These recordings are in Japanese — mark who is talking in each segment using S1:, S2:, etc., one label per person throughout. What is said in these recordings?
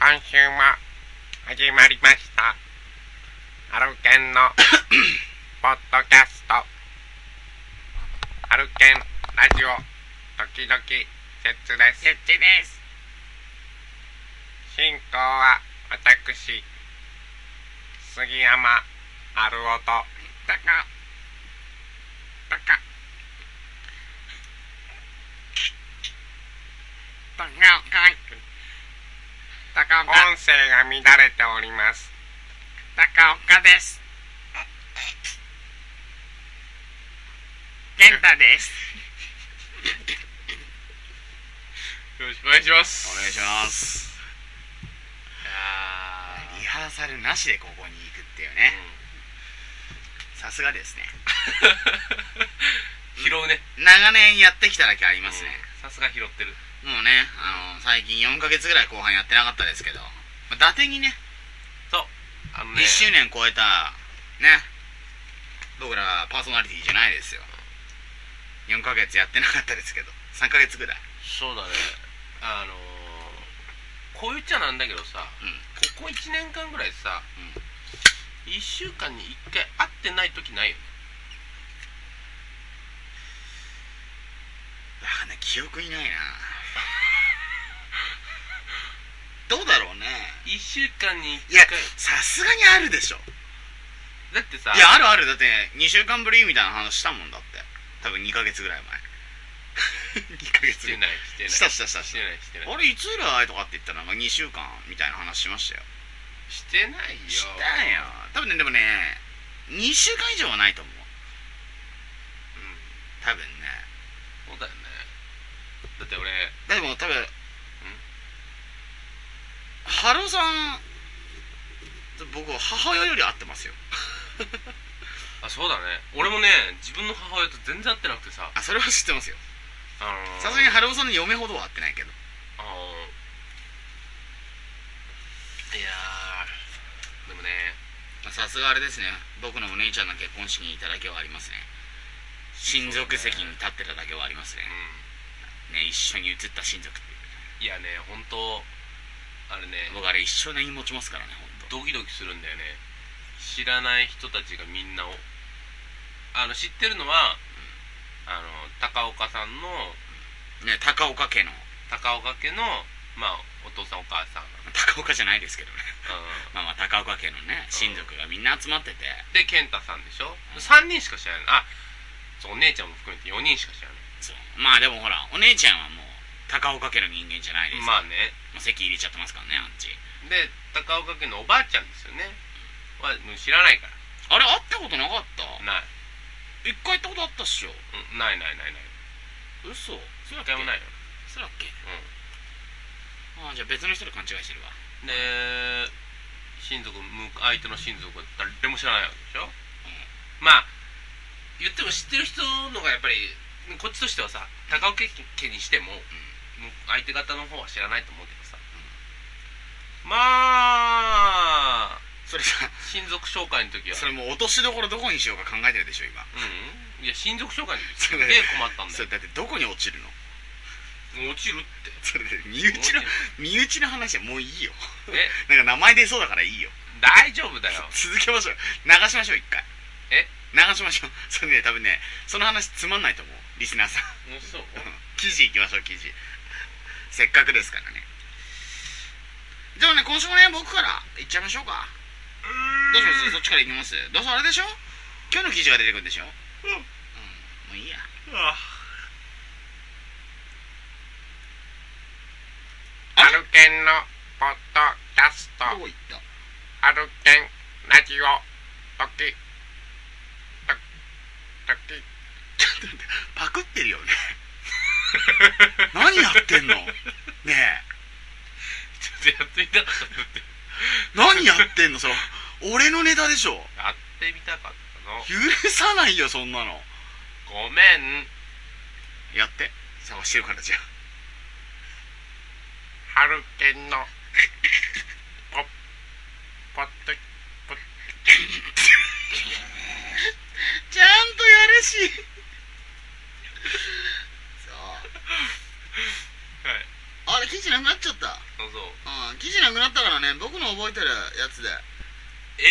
S1: 今週も始まりましたアルケン のポッドキャストアルケンラジオ時々節です節です進行は私杉山アルオとタカタカタカ音声が乱れております高岡です健太です
S2: よろしくお願いします
S3: お願いしますいやーリハーサルなしでここに行くっていうねさすがです ね
S2: 拾うね
S3: 長年やってきただけありますね、
S2: さすが拾ってる
S3: もうねあの最近4ヶ月ぐらい後半やってなかったですけど、まあ、伊達にね
S2: そうあの
S3: 1周年超えたね僕らパーソナリティじゃないですよ4ヶ月やってなかったですけど3ヶ月ぐらい
S2: そうだねあのー、こう言っちゃなんだけどさ、
S3: うん
S2: ここ1年間ぐらいさ、
S3: う
S2: 一1週間に1回会ってない時ないよね
S3: あね記憶いないなどうだろうね
S2: 1週間に
S3: いや
S2: 1回
S3: さすがにあるでしょ
S2: だってさ
S3: いやあるあるだって2週間ぶりみたいな話したもんだって多分2ヶ月ぐら い前2ヶ
S2: し
S3: 月
S2: てないしてない
S3: したしたしたし
S2: して
S3: た
S2: ないしてない
S3: あれいつ以来とかって言ったら、まあ、2週間みたいな話しましたよ
S2: してないよ
S3: したよ多分ねでもね2週間以上はないと思う
S2: う
S3: 多分ね
S2: んそうだよねだって俺
S3: でも多分ハローさん僕母親より会ってますよ
S2: あそうだね俺もね自分の母親と全然会ってなくてさ
S3: あそれは知ってますよ
S2: あのー
S3: さすがにハローさんの嫁ほどは会ってないけど
S2: あのいやーでもね
S3: まあさすがあれですね僕のお姉ちゃんの結婚式にいただけはありますね親族席に立ってただけはありますね
S2: う
S3: ね一緒に写った親族って
S2: んいやね本当あれね
S3: 僕あれ一生何も持ちますからね本当。
S2: ドキドキするんだよね知らない人たちがみんなをあの知ってるのはあの高岡さんの
S3: ね高岡家の
S2: 高岡家のまあお父さんお母さん、
S3: 高岡じゃないですけどね
S2: う
S3: まあまあ高岡家のね親族がみんな集まってて
S2: ん、で健太さんでしょ3人しか知らないあそうお姉ちゃんも含めて4人しか知らない
S3: そうまあでもほらお姉ちゃんはもう高岡家の人間じゃないです、ま
S2: まあね
S3: あ、席入れちゃってますからねあんち
S2: で高岡家のおばあちゃんですよねはもう知らないから
S3: あれ会ったことなかった
S2: ない、
S3: 一回行ったことあったっしょ
S2: うん、ないないないない
S3: 嘘そうだ
S2: 一
S3: っけ
S2: 回もないよ
S3: そうだっけああじゃあ別の人と勘違いしてるわ
S2: で親族向こう相手の親族は誰も知らないわけでしょ、まあ言っても知ってる人のがやっぱりこっちとしてはさ高岡家にしても、向相手方の方は知らないと思うけどさ、まあ
S3: それさ
S2: 親族紹介の時は
S3: それもう落としどころどこにしようか考えてるでしょ今
S2: うんいや親族紹介の時
S3: そ
S2: すげ
S3: れ
S2: え困った んだ
S3: そ
S2: よ
S3: れだってどこに落ちるの
S2: 落ちる って
S3: それで身内の
S2: 落
S3: 身内の話はもういいよ
S2: え
S3: なんか名前出そうだからいいよ
S2: 大丈夫だよ
S3: 続けましょう流しましょう一回
S2: え
S3: 流しましょう それね多分ねその話つまんないと思うリスナーさん
S2: もうそう
S3: うん記事いきましょう記事せっかくですからねじゃあね今週もね僕からいっちゃいましょうかどうしますそっちからいきますどうせあれでしょ今日の記事が出てくるんでしょ
S2: うん
S3: うんもういいや
S1: アルケンのポッドキャスト
S3: どこ行った
S1: アルケンラジオ時々時
S3: ちょっと待ってパクってるよね何やってんのねえ
S2: ちょっとやってみたかったなって
S3: 何やってんのそれ俺のネタでしょ
S2: やってみたかったの
S3: 許さないよそんなの
S2: ごめん
S3: やって探してるからじゃあ
S1: アルケンのポポッドポッ
S3: ちゃんとやるしそう
S2: はい
S3: あれ記事なくなっちゃった
S2: そうそう
S3: うん記事なくなったからね僕の覚えてるやつで
S2: え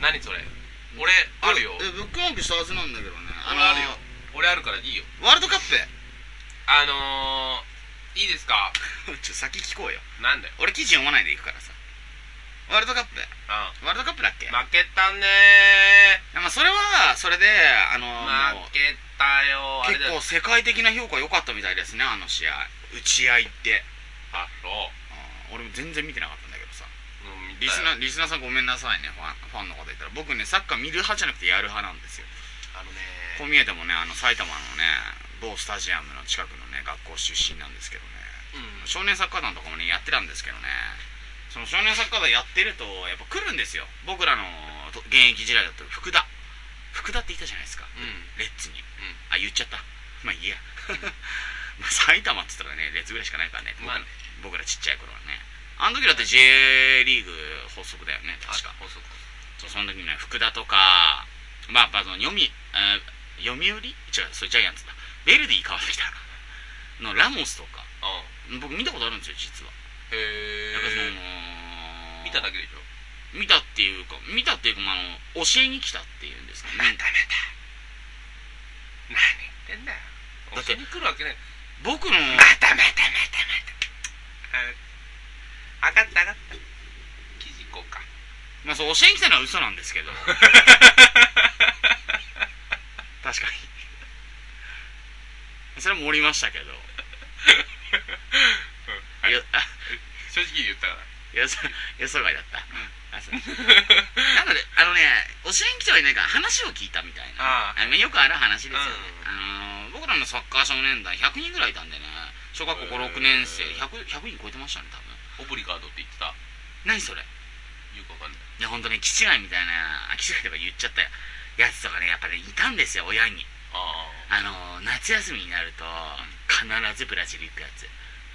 S2: えー、何それ俺あるよ
S3: えブックマークしたはずなんだけどね
S2: 俺
S3: の
S2: あるよ俺あるからいいよ
S3: ワールドカップ
S2: あのー、いいですか
S3: ちょ先聞こうよ
S2: なんだよ
S3: 俺記事読まないでいくからさワールドカップ
S2: あ
S3: ワールドカップだっけ、
S2: 負けたね
S3: まあ、それはそれであの
S2: ー
S3: もう
S2: 負けたよあれ
S3: 結
S2: だよ
S3: 構世界的な評価良かったみたいですねあの試合打ち合いって
S2: あそ
S3: うん俺も全然見てなかったんだけどさ
S2: ううん見た
S3: リ
S2: よ
S3: スナーリスナーさんごめんなさいねファンファンの方いたら僕ねサッカー見る派じゃなくてやる派なんですよ
S2: あのね
S3: こう見えてもねあの埼玉のね某スタジアムの近くのね学校出身なんですけどね
S2: うん
S3: 少年サッカー団とかもねやってたんですけどねその少年サッカー団やってるとやっぱ来るんですよ僕らのと現役時代だと福田福田っていたじゃないですか
S2: うん
S3: レッツに、あ言っちゃったまあ いいやまあ埼玉っつったらねレッツぐらいしかないからね、
S2: まあね
S3: 僕らちっちゃい頃はねあの時だって J リーグ発足だよね確か
S2: あそうそう
S3: そうその時ね福田とかまあまあその読み、えー読売違うそれジャイアンツだベルディ川崎だのラモスとか
S2: あ
S3: 僕見たことあるんですよ実は
S2: へ
S3: やっぱその
S2: え見ただけでしょ
S3: 見たっていうか見たっていうか、まあ、あの教えに来たっていうんですかね
S2: ダメだ何言ってんだよ
S3: だ
S2: だ
S3: っ
S2: ってに来るわけない
S3: 僕の
S2: たまたまたまたあ分かった分かった記事行こうか
S3: まあそう教えに来たのは嘘なんです けど確かにそれは盛りましたけどいやあ
S2: 正直に言ったから
S3: 予想予想外だった、あそうなのであのね教えに来てはいないから話を聞いたみたいな
S2: ああ
S3: のよくある話ですよね、あの
S2: う
S3: 僕らのサッカー少年団100人ぐらいいたんでね小学校
S2: へえ
S3: 56年生 100, 100人超えてましたね多分
S2: オブリガードって言ってた
S3: 何それ
S2: よくわかん
S3: い
S2: ない
S3: や本当ね気違いみたいなあ気違いとか言っちゃったやつとかねやっぱねいたんですよ親に
S2: あ
S3: あの夏休みになると必ずブラジル行くやつ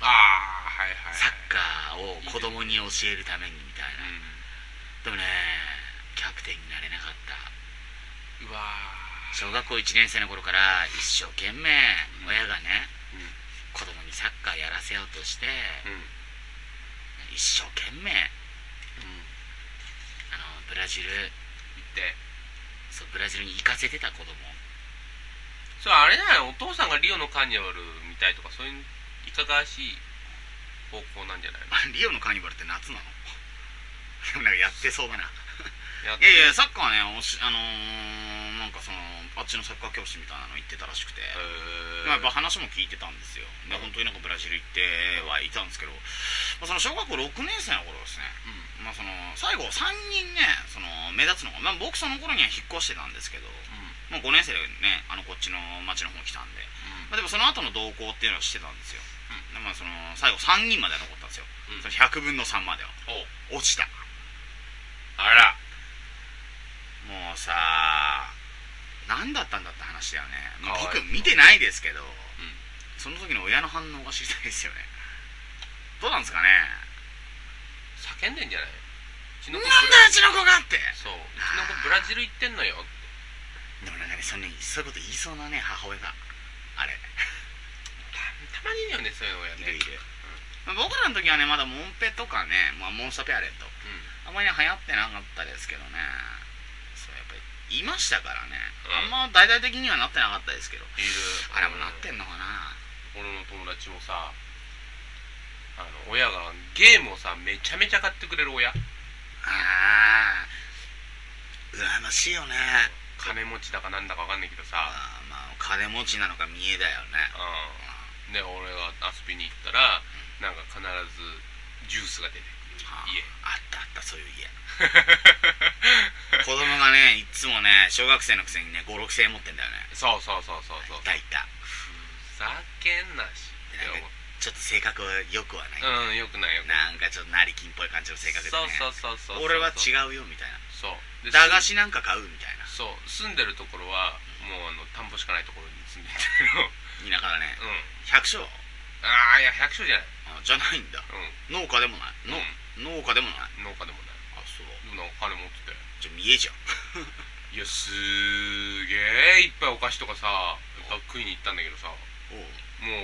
S2: あああはいはい
S3: サッカーを子供に教えるためにみたいなでもねキャプテンになれなかった
S2: うんうわー
S3: 小学校1年生の頃から一生懸命親がね子供にサッカーやらせようとして
S2: うんうん
S3: 一生懸命あのブラジル
S2: 言って
S3: そうブラジルに行かせてた子供
S2: それあれじゃないお父さんがリオのカーニバルみたいとかそういういかがわしい方向なんじゃないの
S3: あ リオのカーニバルって夏なの でもなんかやってそうだな
S2: やっ
S3: い
S2: て
S3: やいやサッカーねおしあのーなんかそのあっちのサッカー教室みたいなの行ってたらしくて、
S2: へー
S3: まあ、やっぱ話も聞いてたんですよで本当になんかブラジル行ってはいたんですけど、まあ、その小学校6年生の頃ですね、
S2: うん
S3: まあ、その最後3人ねその目立つのが、まあ、僕その頃には引っ越してたんですけど、
S2: うん
S3: まあ、5年生でねあのこっちの町の方来たんで、
S2: うん
S3: まあ、でもその後の同行っていうのはしてたんですよ、でまあ、その最後3人までは残ったんですよ、
S2: うん
S3: その100分の3までは
S2: お
S3: 落ちた
S2: あら
S3: もうさ何だったんだって話だよね、まあ、
S2: かわ
S3: 僕
S2: いい
S3: 見てないですけど、その時の親の反応が知りたいですよねどうなんですかね
S2: 叫んでんじゃないうち
S3: な
S2: の
S3: ん
S2: 子
S3: だ
S2: ブ
S3: よ
S2: ラ
S3: うちの子がって
S2: そううちの子ブラジル行ってんのよ
S3: でもなんかねそ,、ね、そういうこと言いそうなね母親があれ
S2: たたまにいるよねそういう親ね
S3: まあ僕らの時はねまだモンペとかね、まあ、モンスターペアレントあん
S2: うん
S3: まりね流行ってなかったですけどねそうやっぱりいましたからね、あ
S2: うん
S3: んま大々的にはなってなかったですけど
S2: いる
S3: あれもなってんのかな
S2: 俺の友達もさあの親がゲームをさめちゃめちゃ買ってくれる親
S3: ああ羨ましいよね
S2: 金持ちだかなんだかわかんないけど
S3: あ
S2: さ
S3: ーまあお金持ちなのか見えだよね
S2: うんで俺が遊びに行ったらなんか必ずジュースが出てくる
S3: あー
S2: 家
S3: あったあったそういう 家子供がねいつもね小学生のくせにね56千円持ってんだよね
S2: そうそうそうそうそう
S3: いたいた
S2: ふざけんなしって思
S3: ちょっと性格はよくはない、
S2: ううんよくないよくない
S3: なんかちょっと成金っぽい感じの性格でね
S2: そうそうそうそう
S3: 俺は
S2: う
S3: 違うよみたいな
S2: そうで
S3: 駄菓子なんか買うみたいな
S2: そう住んでるところはもうあの田んぼしかないところに住んでるけど
S3: 田舎だね
S2: うん
S3: 百姓
S2: ああいや百姓じゃない
S3: あじゃないんだ農家でもない、の農家でもない
S2: うん農家でもな
S3: あ
S2: い
S3: そう
S2: でもなんか金持ってて
S3: じゃあ見えじゃん
S2: いやすげえいっぱいお菓子とかさいっぱい食いに行ったんだけどさも
S3: お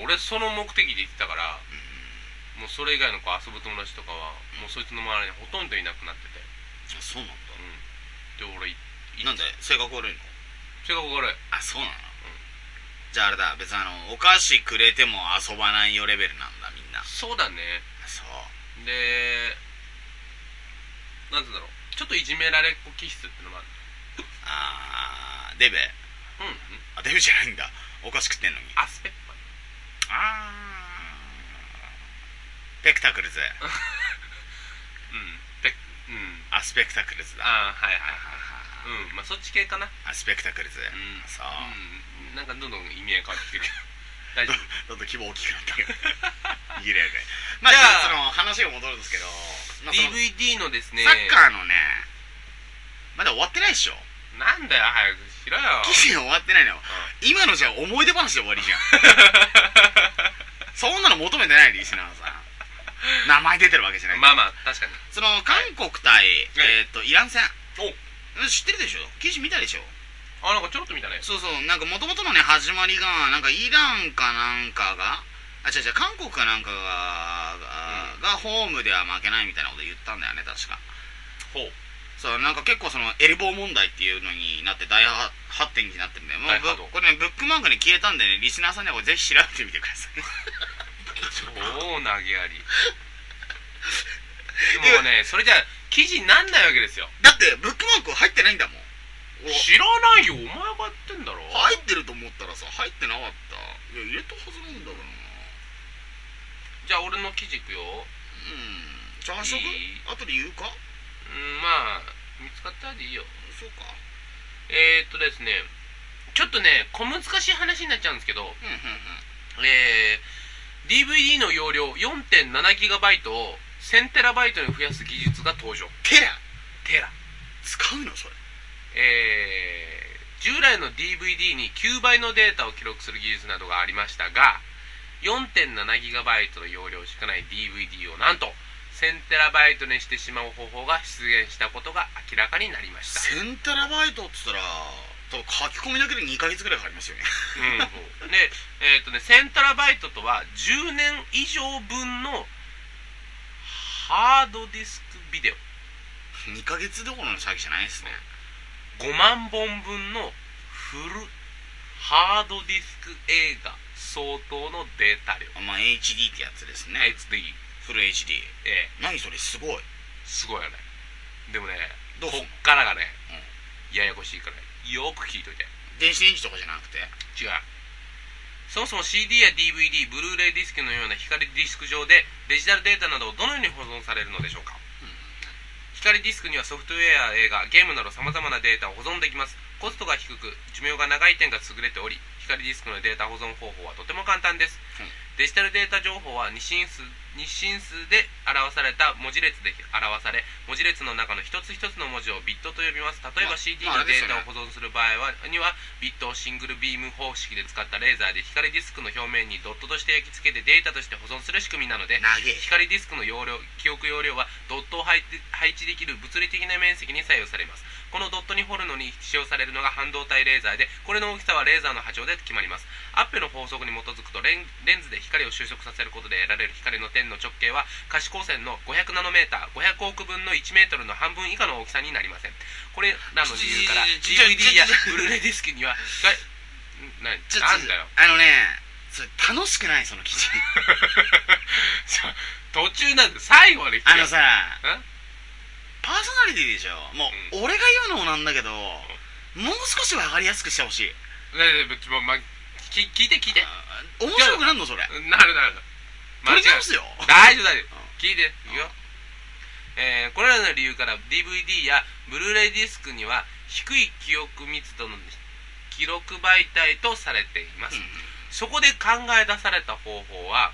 S3: う
S2: う俺その目的で行ってたから
S3: うん
S2: それ以外の子遊ぶ友達とかはもうそいつの周りにほとんどいなくなってて
S3: そうなん
S2: で俺い
S3: だなんで性格悪いの
S2: 性格悪い
S3: あそうなの、じゃああれだ別にあのお菓子くれても遊ばないよレベルなんだみんな
S2: そうだね
S3: そう
S2: でなんて言うんだろうちょっといじめられっ子気質ってのもある
S3: あーデブ
S2: うん
S3: あデブじゃないんだお菓子食ってんのに
S2: アスペッパ
S3: あーペクタクルズ
S2: うんペッうん
S3: アスペクタクルズだ
S2: ああはいはいはい
S3: あ
S2: うんまあそっち系かな
S3: アスペクタクルズ、
S2: ん
S3: そう、
S2: うんなんかどんどん意味が変わってきて るけど大丈夫
S3: どんどん規模大きくなったけど いいねまあ
S2: じ
S3: じ
S2: ゃあ
S3: ゃあその話が戻るんですけど、まあ、その
S2: DVD のですね
S3: サッカーのねまだ終わってないでしょ
S2: なんだよ早くしろよ
S3: 記事が終わってないのよ今のじゃあ思い出話で終わりじゃん そんなの求めてないリスナーさん名前出てるわけじゃない、
S2: まあまあ確かに
S3: その韓国対、えーっとイラン戦知ってるでしょ記事見たでしょ
S2: あなんかちょろっと見たね
S3: そうそうなんかもともとのね始まりがなんかイランかなんかがあ違う違う韓国かなんかがが,、ホームでは負けないみたいなこと言ったんだよね確か
S2: ほう
S3: そうなんか結構そのエルボー問題っていうのになって大発展になってるんだよも
S2: 大波
S3: う
S2: 動
S3: ぶこれねブックマークに消えたんでねリスナーさんにはこれぜひ調べてみてくださ い
S2: 超投げや りでもねそれじゃあ記事になんないわけですよ
S3: だってブックマーク入ってないんだもん
S2: 知らないよお前がやってんだろ
S3: 入ってると思ったらさ入ってなかったいや入れたはずなんだからな
S2: じゃあ俺の記事いくよ
S3: うん朝食
S2: いい
S3: あとで言うか
S2: うんまあ見つかったらでいいよ
S3: そうか
S2: えー、っとですねちょっとね小難しい話になっちゃうんですけ
S3: うん
S2: ど
S3: うんうん
S2: えー、DVD の容量 4.7GB を 1000TB に増やす技術が登場
S3: テラ
S2: テラ
S3: 使うのそれ
S2: えー従来の DVD に9倍のデータを記録する技術などがありましたが 4.7GB の容量しかない DVD をなんと 1000TB にしてしまう方法が出現したことが明らかになりました、
S3: 1000テラバイトっつったら多分書き込みだけで2ヶ月ぐらいかかりますよね
S2: うん、でえっ、とね 1000TB とは10年以上分のハードディスクビデオ
S3: 2ヶ月どころの詐欺じゃないですね
S2: 5万本分のフルハードディスク映画相当のデータ量
S3: まあ HD ってやつですね
S2: HD
S3: フル HD
S2: ええ
S3: 何それすごい
S2: すごいよねでもね
S3: どうすん
S2: こ
S3: の
S2: っからがね、ややこしいからよく聞いといて
S3: 電子レンジとかじゃなくて
S2: 違うそもそも CD や DVD ブルーレイディスクのような光ディスク上でデジタルデータなどをどのように保存されるのでしょうか、光ディスクにはソフトウェアや映画ゲームなどさまざまなデータを保存できますコストが低く寿命が長い点が優れており光ディスクのデータ保存方法はとても簡単です、
S3: うん
S2: デジタルデータ情報は二進数二進数で表された文字列で表され文字列の中の一つ一つの文字をビットと呼びます例え
S3: ま
S2: ば CD
S3: まああ
S2: の
S3: れです
S2: デ
S3: よね
S2: ータを保存する場合はにはビットをシングルビーム方式で使ったレーザーで光ディスクの表面にドットとして焼き付けてデータとして保存する仕組みなので
S3: 長え
S2: 光ディスクの容量記憶容量はドットを配置配置できる物理的な面積に作用されますこのドットに掘るのに使用されるのが半導体レーザーでこれの大きさはレーザーの波長で決まりますアッペの法則に基づくとレンレンズで光を収縮させることで得られる光の点の直径は可視光線の500ナノメーター500億分の1メートルの半分以下の大きさになりませんこれらの理由から
S3: ちょちょ
S2: DVD や
S3: ちょちょ
S2: ブルーレイディスクには光んな
S3: ちょ
S2: なんだよ
S3: あのねそれ楽しく ないその記事
S2: 途中なんで最後まで来て
S3: あ
S2: よ
S3: のさパーソナリティでしょもう、俺が言うのもなんだけどもう少し分かりやすくしてほしい
S2: ねえねえぶっちもまき聞いて聞いて
S3: あー面白くなんのそれ
S2: なるなる
S3: 取り
S2: 間違
S3: 直
S2: い
S3: すよ
S2: 大丈夫大丈夫
S3: うん
S2: 聞いていくよえーこれらの理由から DVD やブルーレイディスクには低い記憶密度の記録媒体とされています、そこで考え出された方法は、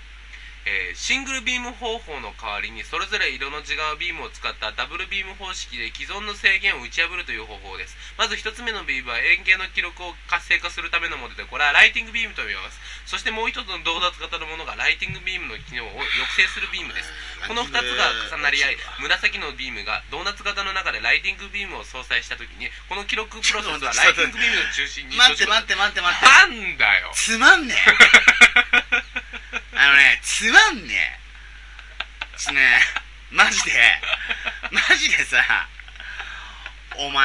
S2: えーシングルビーム方法の代わりにそれぞれ色の違うビームを使ったダブルビーム方式で既存の制限を打ち破るという方法ですまず1つ目のビームは円形の記録を活性化するためのものでこれはライティングビームと呼びますそしてもう1つのドーナツ型のものがライティングビームの機能を抑制するビームですこの2つが重なり合い紫のビームがドーナツ型の中でライティングビームを相殺した時にこの記録プロセスはライティングビームの中心に
S3: 待って待ってて待って待って
S2: なんだよ
S3: つまんねえあのねつまんねえちょっとね、マジで、マジでさ、お前、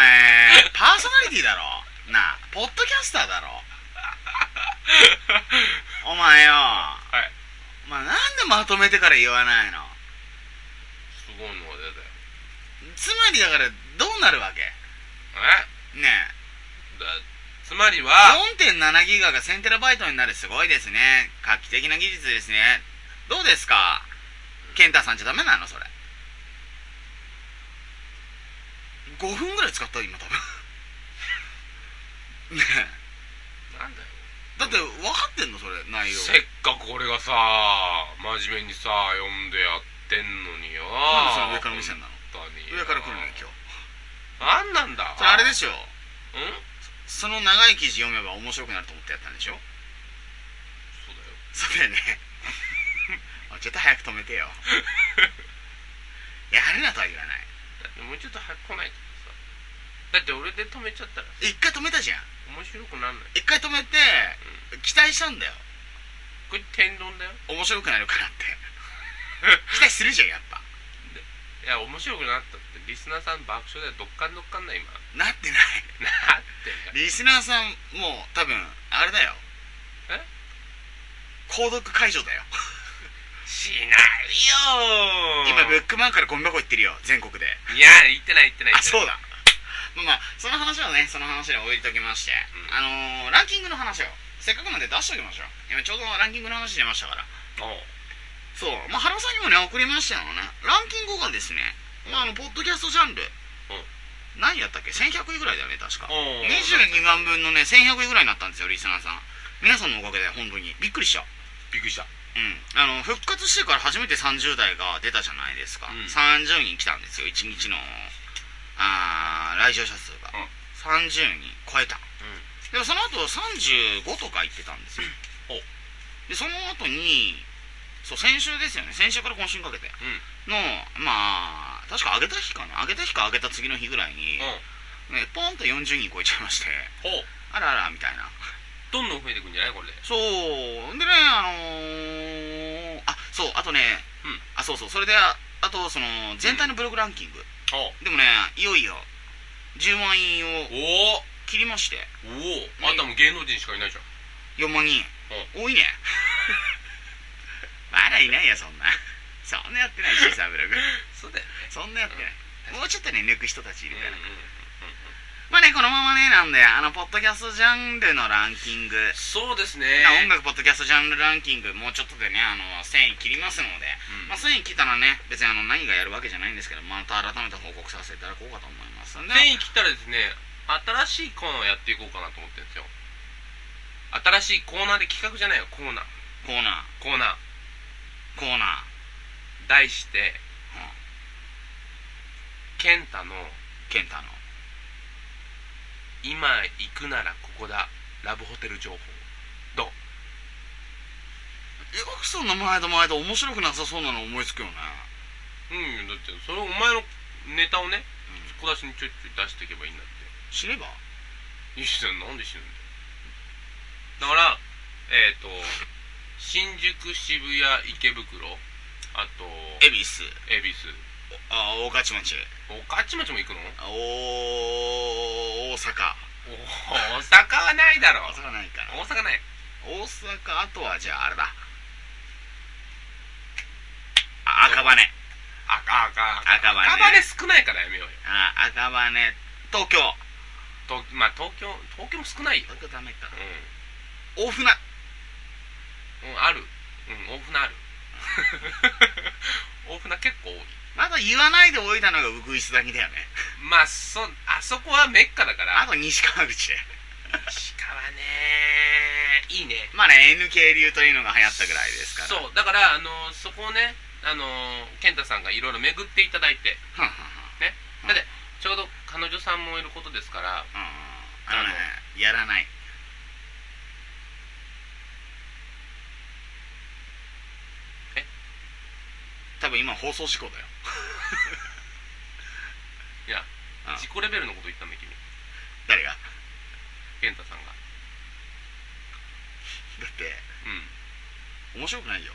S3: パーソナリティだろなあ、ポッドキャスターだろお前よ、
S2: はい
S3: お前なんでまとめてから言わないの
S2: すごいのが出たよ
S3: つまりだから、どうなるわけ
S2: え
S3: ね
S2: だつま
S3: え、
S2: りは
S3: 4.7ギガが1000テラバイトになるすごいですね。画期的な技術ですね。どうですかケンタさんじゃダメなのそれ。5分ぐ らい使った今多分。ねえ。
S2: なんだよ
S3: だって分かってんのそれ内容
S2: せっかく俺がさ真面目にさ読んでやってんのによ
S3: なんでそれ上から見せんなの
S2: 本当に
S3: 上から来るのよ今日
S2: なんなんだ
S3: それあれですしょ
S2: うん
S3: その長い記事読めば面白くなると思ってやったんでしょ
S2: そうだよ
S3: そうだよね あちょっと早く止めて よやるなとは言わない
S2: だってもうちょっと早く来ないとさだって俺で止めちゃったら
S3: 一回止めたじゃん
S2: 面白くなんない
S3: 一回止めて期待したんだよ
S2: これ天丼だよ
S3: 面白くなるかなって 期待するじゃんやっぱ
S2: いや面白くなったってリスナーさん爆笑だよどっかんどっかんだよ今
S3: なってない
S2: なってんだよ
S3: リスナーさんもう多分あれだよ
S2: え
S3: 購読解除だよ
S2: しないよー
S3: 今ブックマンからゴミ箱行ってるよ全国で
S2: いや言ってない言ってない
S3: あ
S2: 言ってな
S3: そ
S2: い
S3: うだまあまあその話はねその話で置いときまして、
S2: ん
S3: あのー、ランキングの話をせっかくなんで出しときましょう今ちょうどランキングの話出ましたから
S2: おう
S3: そうまあハローさんにもね送りましたのねランキングがですね、まあ、あのポッドキャストジャンル、何位だったっけ1100位ぐらいだよね確か
S2: おう
S3: 22万分のね1100位ぐらいになったんですよリスナーさん皆さんのおかげで本当にびっくりした
S2: びっくりした
S3: うん、あの復活してから初めて30代が出たじゃないですか、
S2: うん
S3: 30人来たんですよ1日のあー来場者数が、
S2: うん
S3: 30人超えた、
S2: ん
S3: でもその後35とか行ってたんですよ、
S2: お
S3: でその後にそう先週ですよね先週から今週にかけて
S2: う
S3: のまあ確か上げた日かな上げた日か上げた次の日ぐらいに、
S2: うん
S3: ね、ポンと40人超えちゃいまして
S2: おう
S3: あらあらみたいな
S2: どんどん増えてくんじゃないこれで
S3: そうでねあのー、あそうあとね、
S2: うん
S3: あそうそうそれでああとその全体のブログランキング、
S2: おう
S3: でもねいよいよ10万人を
S2: おお
S3: 切りまして
S2: おおあんたも芸能人しかいないじゃ
S3: 4
S2: ん
S3: 万人、多いね まだいないよそんなそんなやってないしさブログ
S2: そうだよね
S3: そんなやってないもうちょっとね抜く人たちいるから、
S2: う
S3: まあねこのままねなんであのポッドキャストジャンルのランキング
S2: んそうですね
S3: な音楽ポッドキャストジャンルランキングもうちょっとでねあの1000位切りますので、
S2: うん
S3: まあ、1000位切ったらね別にあの何がやるわけじゃないんですけどまた改めて報告させていただこうかと思いますんで
S2: 繊維切ったらですね新しいコーナーをやっていこうかなと思ってるんですよ新しいコーナーで企画じゃないよコーナー
S3: コーナー
S2: コーナー
S3: コーナー
S2: 題して
S3: うん
S2: 健太の
S3: 健太の
S2: 「今行くならここだラブホテル情報」どう
S3: よくそんな前と前と面白くなさそうなの思いつくよね
S2: うんだってそれお前のネタをね小出しにちょいちょい出していけばいいんだって
S3: 知れば
S2: いやなんで死ぬんだよだからえっ、と新宿渋谷池袋あと
S3: 恵比寿
S2: 恵比寿
S3: あ大勝町
S2: 御徒町も行くの
S3: あお大阪
S2: お大阪はないだろ
S3: 大阪ないかな
S2: 大阪ない
S3: 大阪あとはじゃああれだあ赤羽
S2: 赤赤
S3: 赤羽ね
S2: 赤羽少ないからやめようよ
S3: あ赤羽東京
S2: 東まあ東京東京も少ないよ
S3: 東京ダメか
S2: う
S3: 大船
S2: ん、うん、あるうん大船ある 大船結構多い
S3: まだ言わないでおいたのがウグイスだけだよね
S2: まあそあそこはメッカだから
S3: あと西川口で
S2: 石川ねいいね
S3: まあね NK 流というのが流行ったぐらいですから
S2: そうだからあのそこをねあの健太さんがいろいろ巡っていただいて
S3: はんはんはんうん
S2: だってちょうど彼女さんもいることですから
S3: うんあのねやらない
S2: え
S3: 多分今放送事故だよ
S2: いや
S3: うん
S2: 自己レベルのこと言ったんだ君
S3: 誰がだ
S2: 健太さんが
S3: って
S2: う
S3: 面白くないよ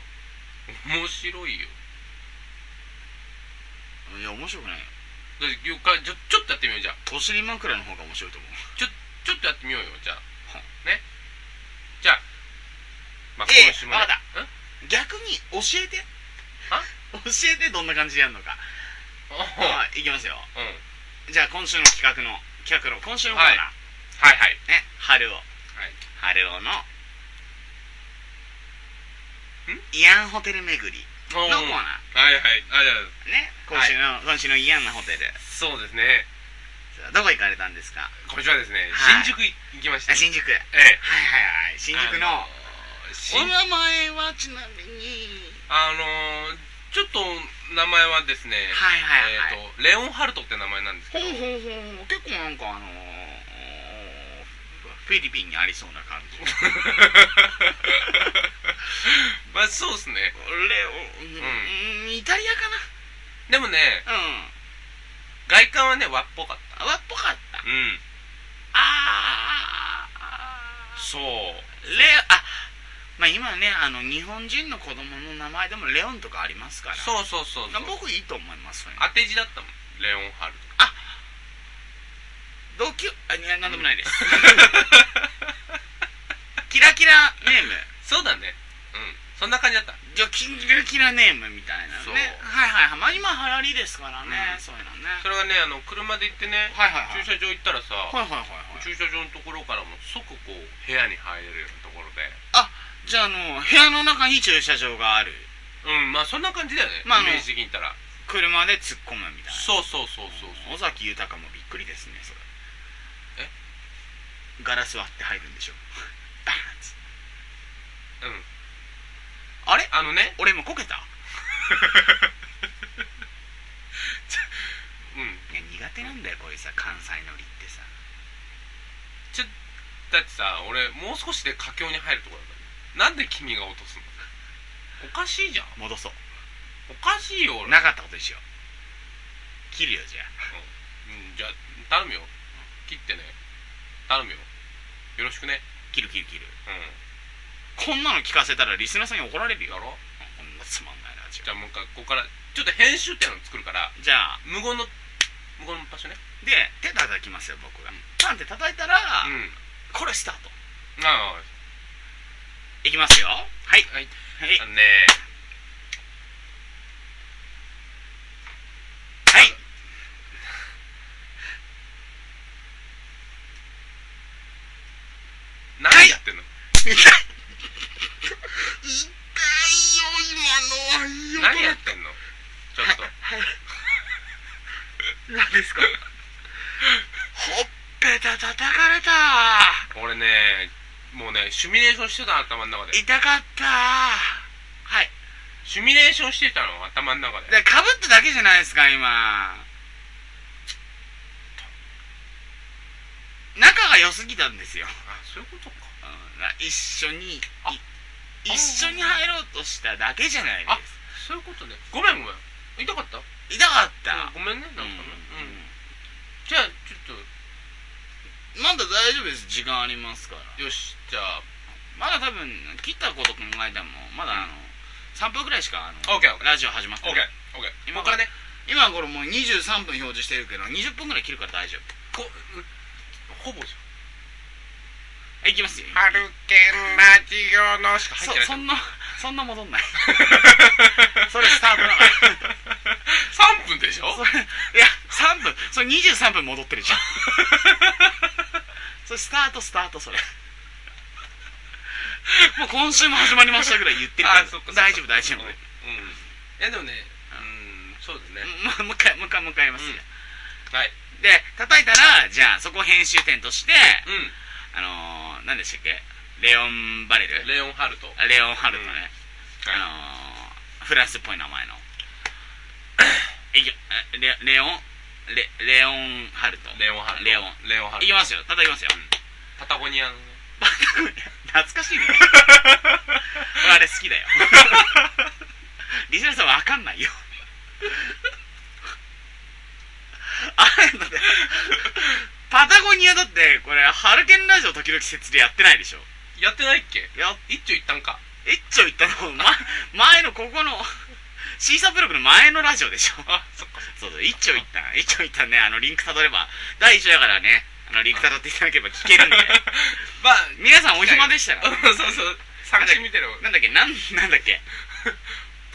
S2: ん面白いよ
S3: いや面白くないよ
S2: だってよかちょちょっとやってみようじゃあ
S3: こすり枕の方が面白いと思う
S2: ちょちょっとやってみようよじゃあ
S3: はい
S2: ねじゃあまあ
S3: ええ
S2: 今週もね
S3: わか
S2: うん
S3: 逆に教えて
S2: あ
S3: 教えてどんな感じでやるのか
S2: おう
S3: はいいきますよ
S2: うん
S3: じゃあ今週の企画の企画の今週のコーナー、
S2: はいはいはい
S3: ね春を
S2: はい
S3: 春をのイアンホテル巡り
S2: おう
S3: のコーナ
S2: はいはいあじゃあ
S3: ーね今週の、今週のイアンなホテル
S2: そうですね
S3: どこ行かれたんですか
S2: 今週はですね
S3: はい
S2: 新宿行きました
S3: あ新宿はい
S2: ええ
S3: はいはい新宿の、
S2: あー
S3: お
S2: 新
S3: 名前はちなみに
S2: あのーちょっと名前はですね
S3: はいはいはい、
S2: えっとレオンハルトって名前なんです
S3: ほ
S2: け
S3: う
S2: ど
S3: ほうほうほう結構なんかあのー、フィリピンにありそうな感じレ
S2: まあそうですね
S3: オうん、イタリアか
S2: でもね
S3: な
S2: 外観はね和っぽかった
S3: うん和っぽかった
S2: うん
S3: あー
S2: そう
S3: レオあまあ今ねあの日本人の子供の名前でもレオンとかありますから
S2: そうそうそうそう
S3: 僕いいと思いますそれ
S2: 当て字だったもんレオンハル ト
S3: 同級あいやなんでもないです キラキラネーム
S2: そうだねうんそんな感じだった
S3: じゃあキラキラネームみたいな
S2: そう
S3: ねはいはいはいまあ今流行りですからね、
S2: うん
S3: そういうのね
S2: それがねあの車で行ってね
S3: はいはいはい
S2: 駐車場行ったらさ
S3: はいはいはいはい
S2: 駐車場のところからも即こう部屋に入れるようなところで
S3: じゃああの部屋の中に駐車場がある
S2: うんまあそんな感じだよね、
S3: まああ
S2: イ
S3: の
S2: メージ的に言ったら
S3: 車で突っ込むみたいな
S2: そうそうそうそうそう
S3: 尾崎豊もびっくりですねそれ
S2: え
S3: ガラス割って入るんでしょ バーンっつって
S2: うん
S3: あれ
S2: あのね
S3: 俺もこけた
S2: うん
S3: いや苦手なんだよこういうさ関西乗りってさ
S2: だってさ俺もう少しで佳境に入るところだったのなんで君が落とすのおかしいじゃん
S3: 戻そう
S2: おかしいよ俺
S3: なかったことにしよう切るよじゃあ
S2: うん、じゃあ頼むよ切ってね頼むよよろしくね
S3: 切る切る切る
S2: う
S3: こんなの聞かせたらリスナーさんに怒られる
S2: ん
S3: よ
S2: やろ
S3: こんなつまんないラジオ
S2: じゃあもう一回ここからちょっと編集っていうのを作るから
S3: じゃあ
S2: 無言の無言の場所ね
S3: で手叩きますよ僕がパンって叩いたら、
S2: うん
S3: これスタート
S2: ああ
S3: いきますよはい
S2: はい
S3: はい
S2: あのね
S3: はい
S2: 何やってんの、
S3: 痛い痛い よ今のは
S2: 何やってんのちょっと
S3: はい何ですかほっぺた叩かれた
S2: 俺ねもうねシミュレーションしてたの頭の中で
S3: 痛かったはい
S2: シミュレーションしてたの頭の中で
S3: でかぶっただけじゃないですか今仲が良すぎたんですよ、
S2: あそういうことか
S3: うんな一緒にい
S2: あ
S3: 一緒に入ろうとしただけじゃないで
S2: そういうことねごめんごめん痛かった
S3: す痛かった、
S2: ごめんねなんかねうん、じゃあちょっ
S3: うんまだ大丈夫です時間ありますから
S2: とよしじゃあ
S3: まだ多分切ったこと考えてもまだあの3分ぐらいしかあの
S2: OKOK
S3: ラジオ始まって
S2: オッ
S3: ない
S2: ケーオッケー
S3: 今
S2: 今
S3: か
S2: からら
S3: ね
S2: ね
S3: 今これもう23分表示してるけど20分ぐらい切るから大丈夫
S2: こうんほぼじ
S3: はいいきますよ
S1: ハルケンラジオの
S2: ゃん
S3: そ
S2: 入ってない
S3: そんなそんな戻んない それスタートなの
S2: 3分でしょ
S3: そ れいや3分それ23分戻ってるじゃん それスタートスタートそれ もう今週も始まりましたぐらい言ってるから
S2: あそっかそっか
S3: 大丈夫大丈夫
S2: うん、うん、いやでもねうんそうですね
S3: もうもう一回もう一回もう一回やりますよ、
S2: はい
S3: で叩いたらじゃあそこ編集点として
S2: う
S3: あのー、何でしたっけレオンバレル
S2: んレオンハルト
S3: あレオンハルトね、
S2: はい
S3: あのー、フランスっぽい名前 のいきえレレオンレレオンハルト
S2: レオンハルト
S3: レオン
S2: レオンハル
S3: い
S2: ト
S3: きますよ叩きますよ
S2: パタゴニアのね
S3: 懐か しいね俺あれ好きだよリスナーさんわかんないよあれだってパタゴニアだってこれハルケンラジオ時々設でやってないでしょ
S2: やってないっけ
S3: やっ
S2: 一丁一旦か
S3: 一丁言ったの前前のここのシーサーブログの前のラジオでしょ。
S2: あそっか
S3: そうそう、一丁一短、一丁一短ね、あの、リンクたどれば、第一章だからね、あの、リンクたどっていただければ聞けるんで、
S2: まあ
S3: 皆さんお暇でしたら、
S2: そうそう探してみてる
S3: なんだっけ、なん、なんだっけ、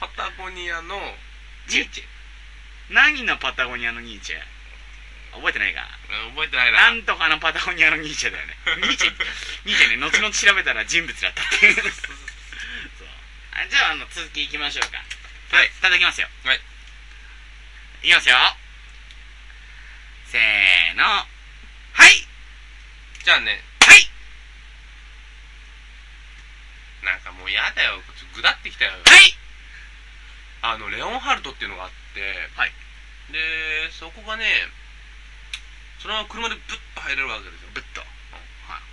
S2: パタゴニアの
S3: ち
S2: ニーチェ
S3: 何のパタゴニアのニーチェ覚えてないか
S2: うん覚えてないな
S3: なんとかのパタゴニアのニーチェだよね。ニーチェ、ニーチェね、後々調べたら人物だったっていう。そうあじゃあ、あの、続きいきましょうか。
S2: はい
S3: いただきますよ。
S2: はい。
S3: いきますよ。せーの。はい
S2: じゃあね
S3: はい
S2: なんかもうやだよこっちぐだってきたよ
S3: はい
S2: あのレオンハルトっていうのがあって
S3: はい
S2: でそこがねそのまま車でブッと入れるわけですよ
S3: ぶっと。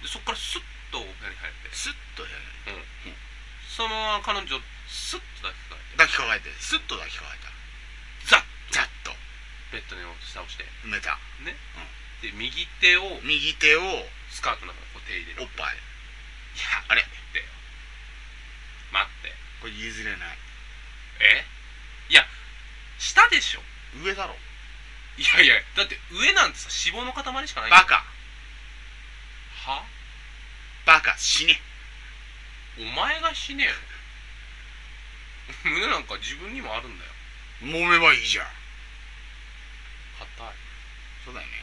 S2: でそこからスッとお部屋に入って
S3: スッと
S2: そのまま彼女をスッと抱きかかえ
S3: 抱き
S2: て
S3: かかえて、スッと抱きかか
S2: ザッ
S3: えた。ざっと、
S2: ベッドに下をして
S3: 埋めた。
S2: で右手を
S3: 右手を、
S2: スカートの中にこう手入れる
S3: おっぱい。
S2: いや
S3: あれ
S2: 待ってよ待って
S3: これ譲れない。
S2: えいや下でしょ
S3: 上だろ。
S2: いやいやだって上なんてさ脂肪の塊しかない
S3: バカ。
S2: は
S3: バカ、死ね。
S2: お前が死ねよ胸なんか自分にもあるんだよ
S3: 揉めばいいじゃん。
S2: 硬い
S3: そうだよね。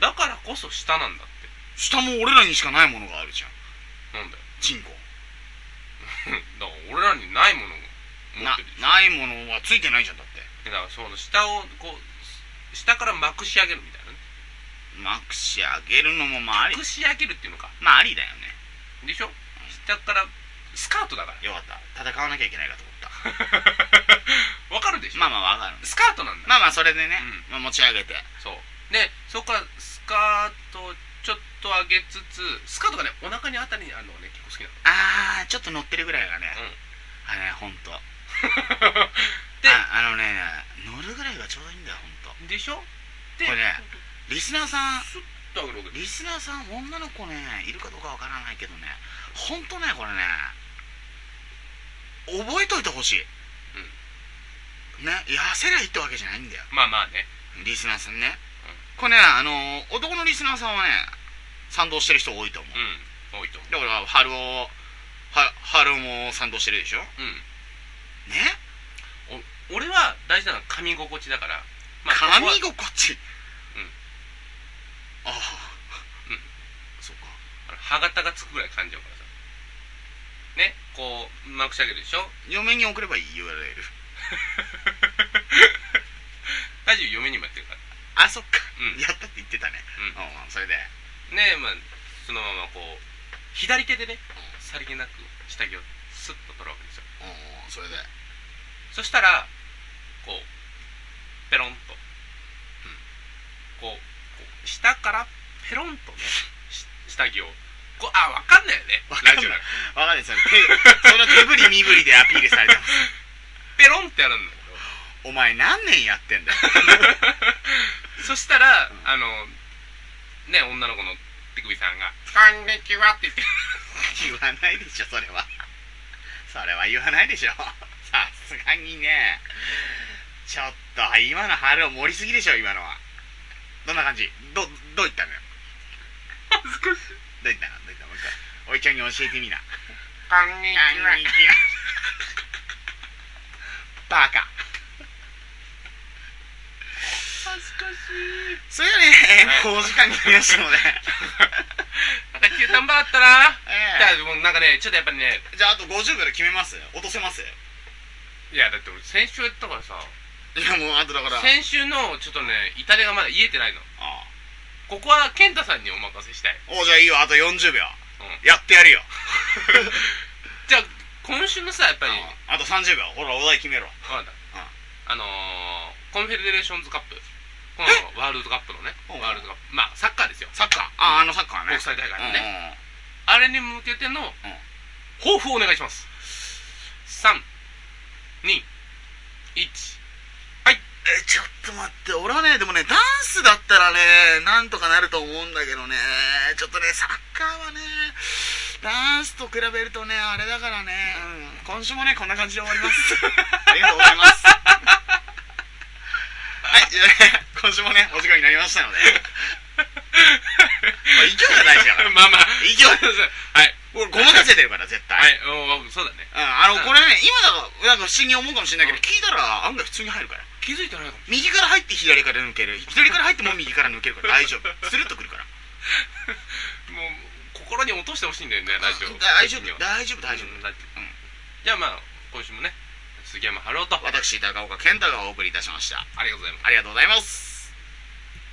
S2: だからこそ下なんだって
S3: 下も俺らにしかないものがあるじゃん
S2: なんだよ
S3: 人口
S2: だから俺らにないものを持
S3: な
S2: ってるでしょ
S3: ないものはついてないじゃんだって
S2: だからその下をこう下からまくし上げるみたいなね
S3: まくし上げるのもまああり
S2: まくし上げるっていうのか
S3: まあありだよね
S2: でしょ下からスカートだから
S3: よかった戦わなきゃいけないかと思 っ
S2: わかるでしたょ、
S3: まあまあわかる
S2: スカートなんだ、
S3: まあまあそれでね
S2: う、
S3: まあ、持ち上げて
S2: そうでそこからスカートをちょっと上げつつスカートがねお腹にあたりにあるのがね結構好きなの
S3: あーちょっと乗ってるぐらいがね、
S2: うん
S3: あれねほん と
S2: で
S3: ああのね乗るぐらいがちょうどいいんだよほんと
S2: でしょで
S3: これねリスナーさん
S2: スッと上げるわけ
S3: リスナーさん女の子ねいるかどうかわからないけどねほんとねこれね覚えといてほしい、ね痩せりゃいいってわけじゃないんだよ
S2: まあまあね
S3: リスナーさんね、これねあのー男のリスナーさんはね賛同してる人多いと思う、
S2: うん多いと思う
S3: だから春をは春も賛同してるでしょね
S2: うんお俺は大事なのは噛み心地だからまあ
S3: 噛み
S2: ここは
S3: 心地
S2: うん
S3: ああ
S2: うん
S3: そうか
S2: あの歯型がつくぐらい噛んじゃうからさねこうまくし上げるでしょ
S3: 嫁に送ればいい URL
S2: 大丈夫嫁にもやってるから
S3: あそっか、
S2: うん
S3: やったって言ってたね
S2: うん
S3: うん、それで
S2: ねまあそのままこう左手でねさりげなく下着をスッと取るわけですよ
S3: うんそれで
S2: そしたらこうペロンと、こうこう下からペロンとねし下着をこうあわかんないよね
S3: わかんない
S2: ラジオだか
S3: わか
S2: ら
S3: んないですよ手その手振り身振りでアピールされてます
S2: ペロンってやるんだけど
S3: お前何年やってんだよ
S2: そしたら、あのね女の子の手首さんが「こんにち は」って言って
S3: 言わないでしょそれはそれは言わないでしょさすがにねちょっと今の春を盛りすぎでしょ今のはどんな感じどどういったのよ
S2: 恥ずかしい
S3: どういったのどういったのもう一回おいちゃんに教えてみな
S2: 「こんにちは」
S3: バカ
S2: 恥ずかしい
S3: それよりねお時間になりました ので、
S2: なんか中途半端だったなだか
S3: え
S2: らもうなんかねちょっとやっぱりね
S3: えじゃああと50秒で決めます落とせますい
S2: いやだって俺先週やったからさ
S3: やもうあとだから
S2: 先週のちょっとね痛手がまだ癒えてないの
S3: ああ
S2: ここは健太さんにお任せしたい
S3: おじゃあいいよあと40秒、
S2: う
S3: やってやるよ
S2: じゃあ今週のさやっぱり
S3: あと30秒ほらお題決めろ
S2: わかったあのー、コンフェデレーションズカップこのワールドカップのね
S3: うん
S2: ワールドカップまあサッカーですよ
S3: サッカーあああのサッカーね
S2: 国際大会のね、
S3: ね
S2: あれに向けての抱負をお願いします321
S3: えちょっと待って俺はねでもねダンスだったらねなんとかなると思うんだけどねちょっとねサッカーはね ダンスと比べるとねあれだからね、うん今週もねこんな感じで終わりますりがとうございます。はい、じゃあね今週もね、お時間になり ましたので。まあ、勢いが大事 だから。
S2: まあ まあ
S3: 勢い
S2: そうそうそうはい
S3: 俺、ごまかせてるから、絶対。
S2: はいおそうだね
S3: うん、あの、これね、今だから、なんか不思議に思うかもしれないけど、聞いたら案外普通に入るから。
S2: 気づいてないかも
S3: 右から入って左から抜ける。左から入っても右から抜けるから大丈夫。スルッとくるから。
S2: もう心に落としてほしいんだよねラジオ
S3: 大丈夫
S2: 的には、
S3: 大丈夫、大丈
S2: うん
S3: 夫。
S2: だってじゃあまあ今週もね杉山春夫とありがと
S3: 私、高岡健太がお送りいたしました。
S2: うございます
S3: ありがとうございます。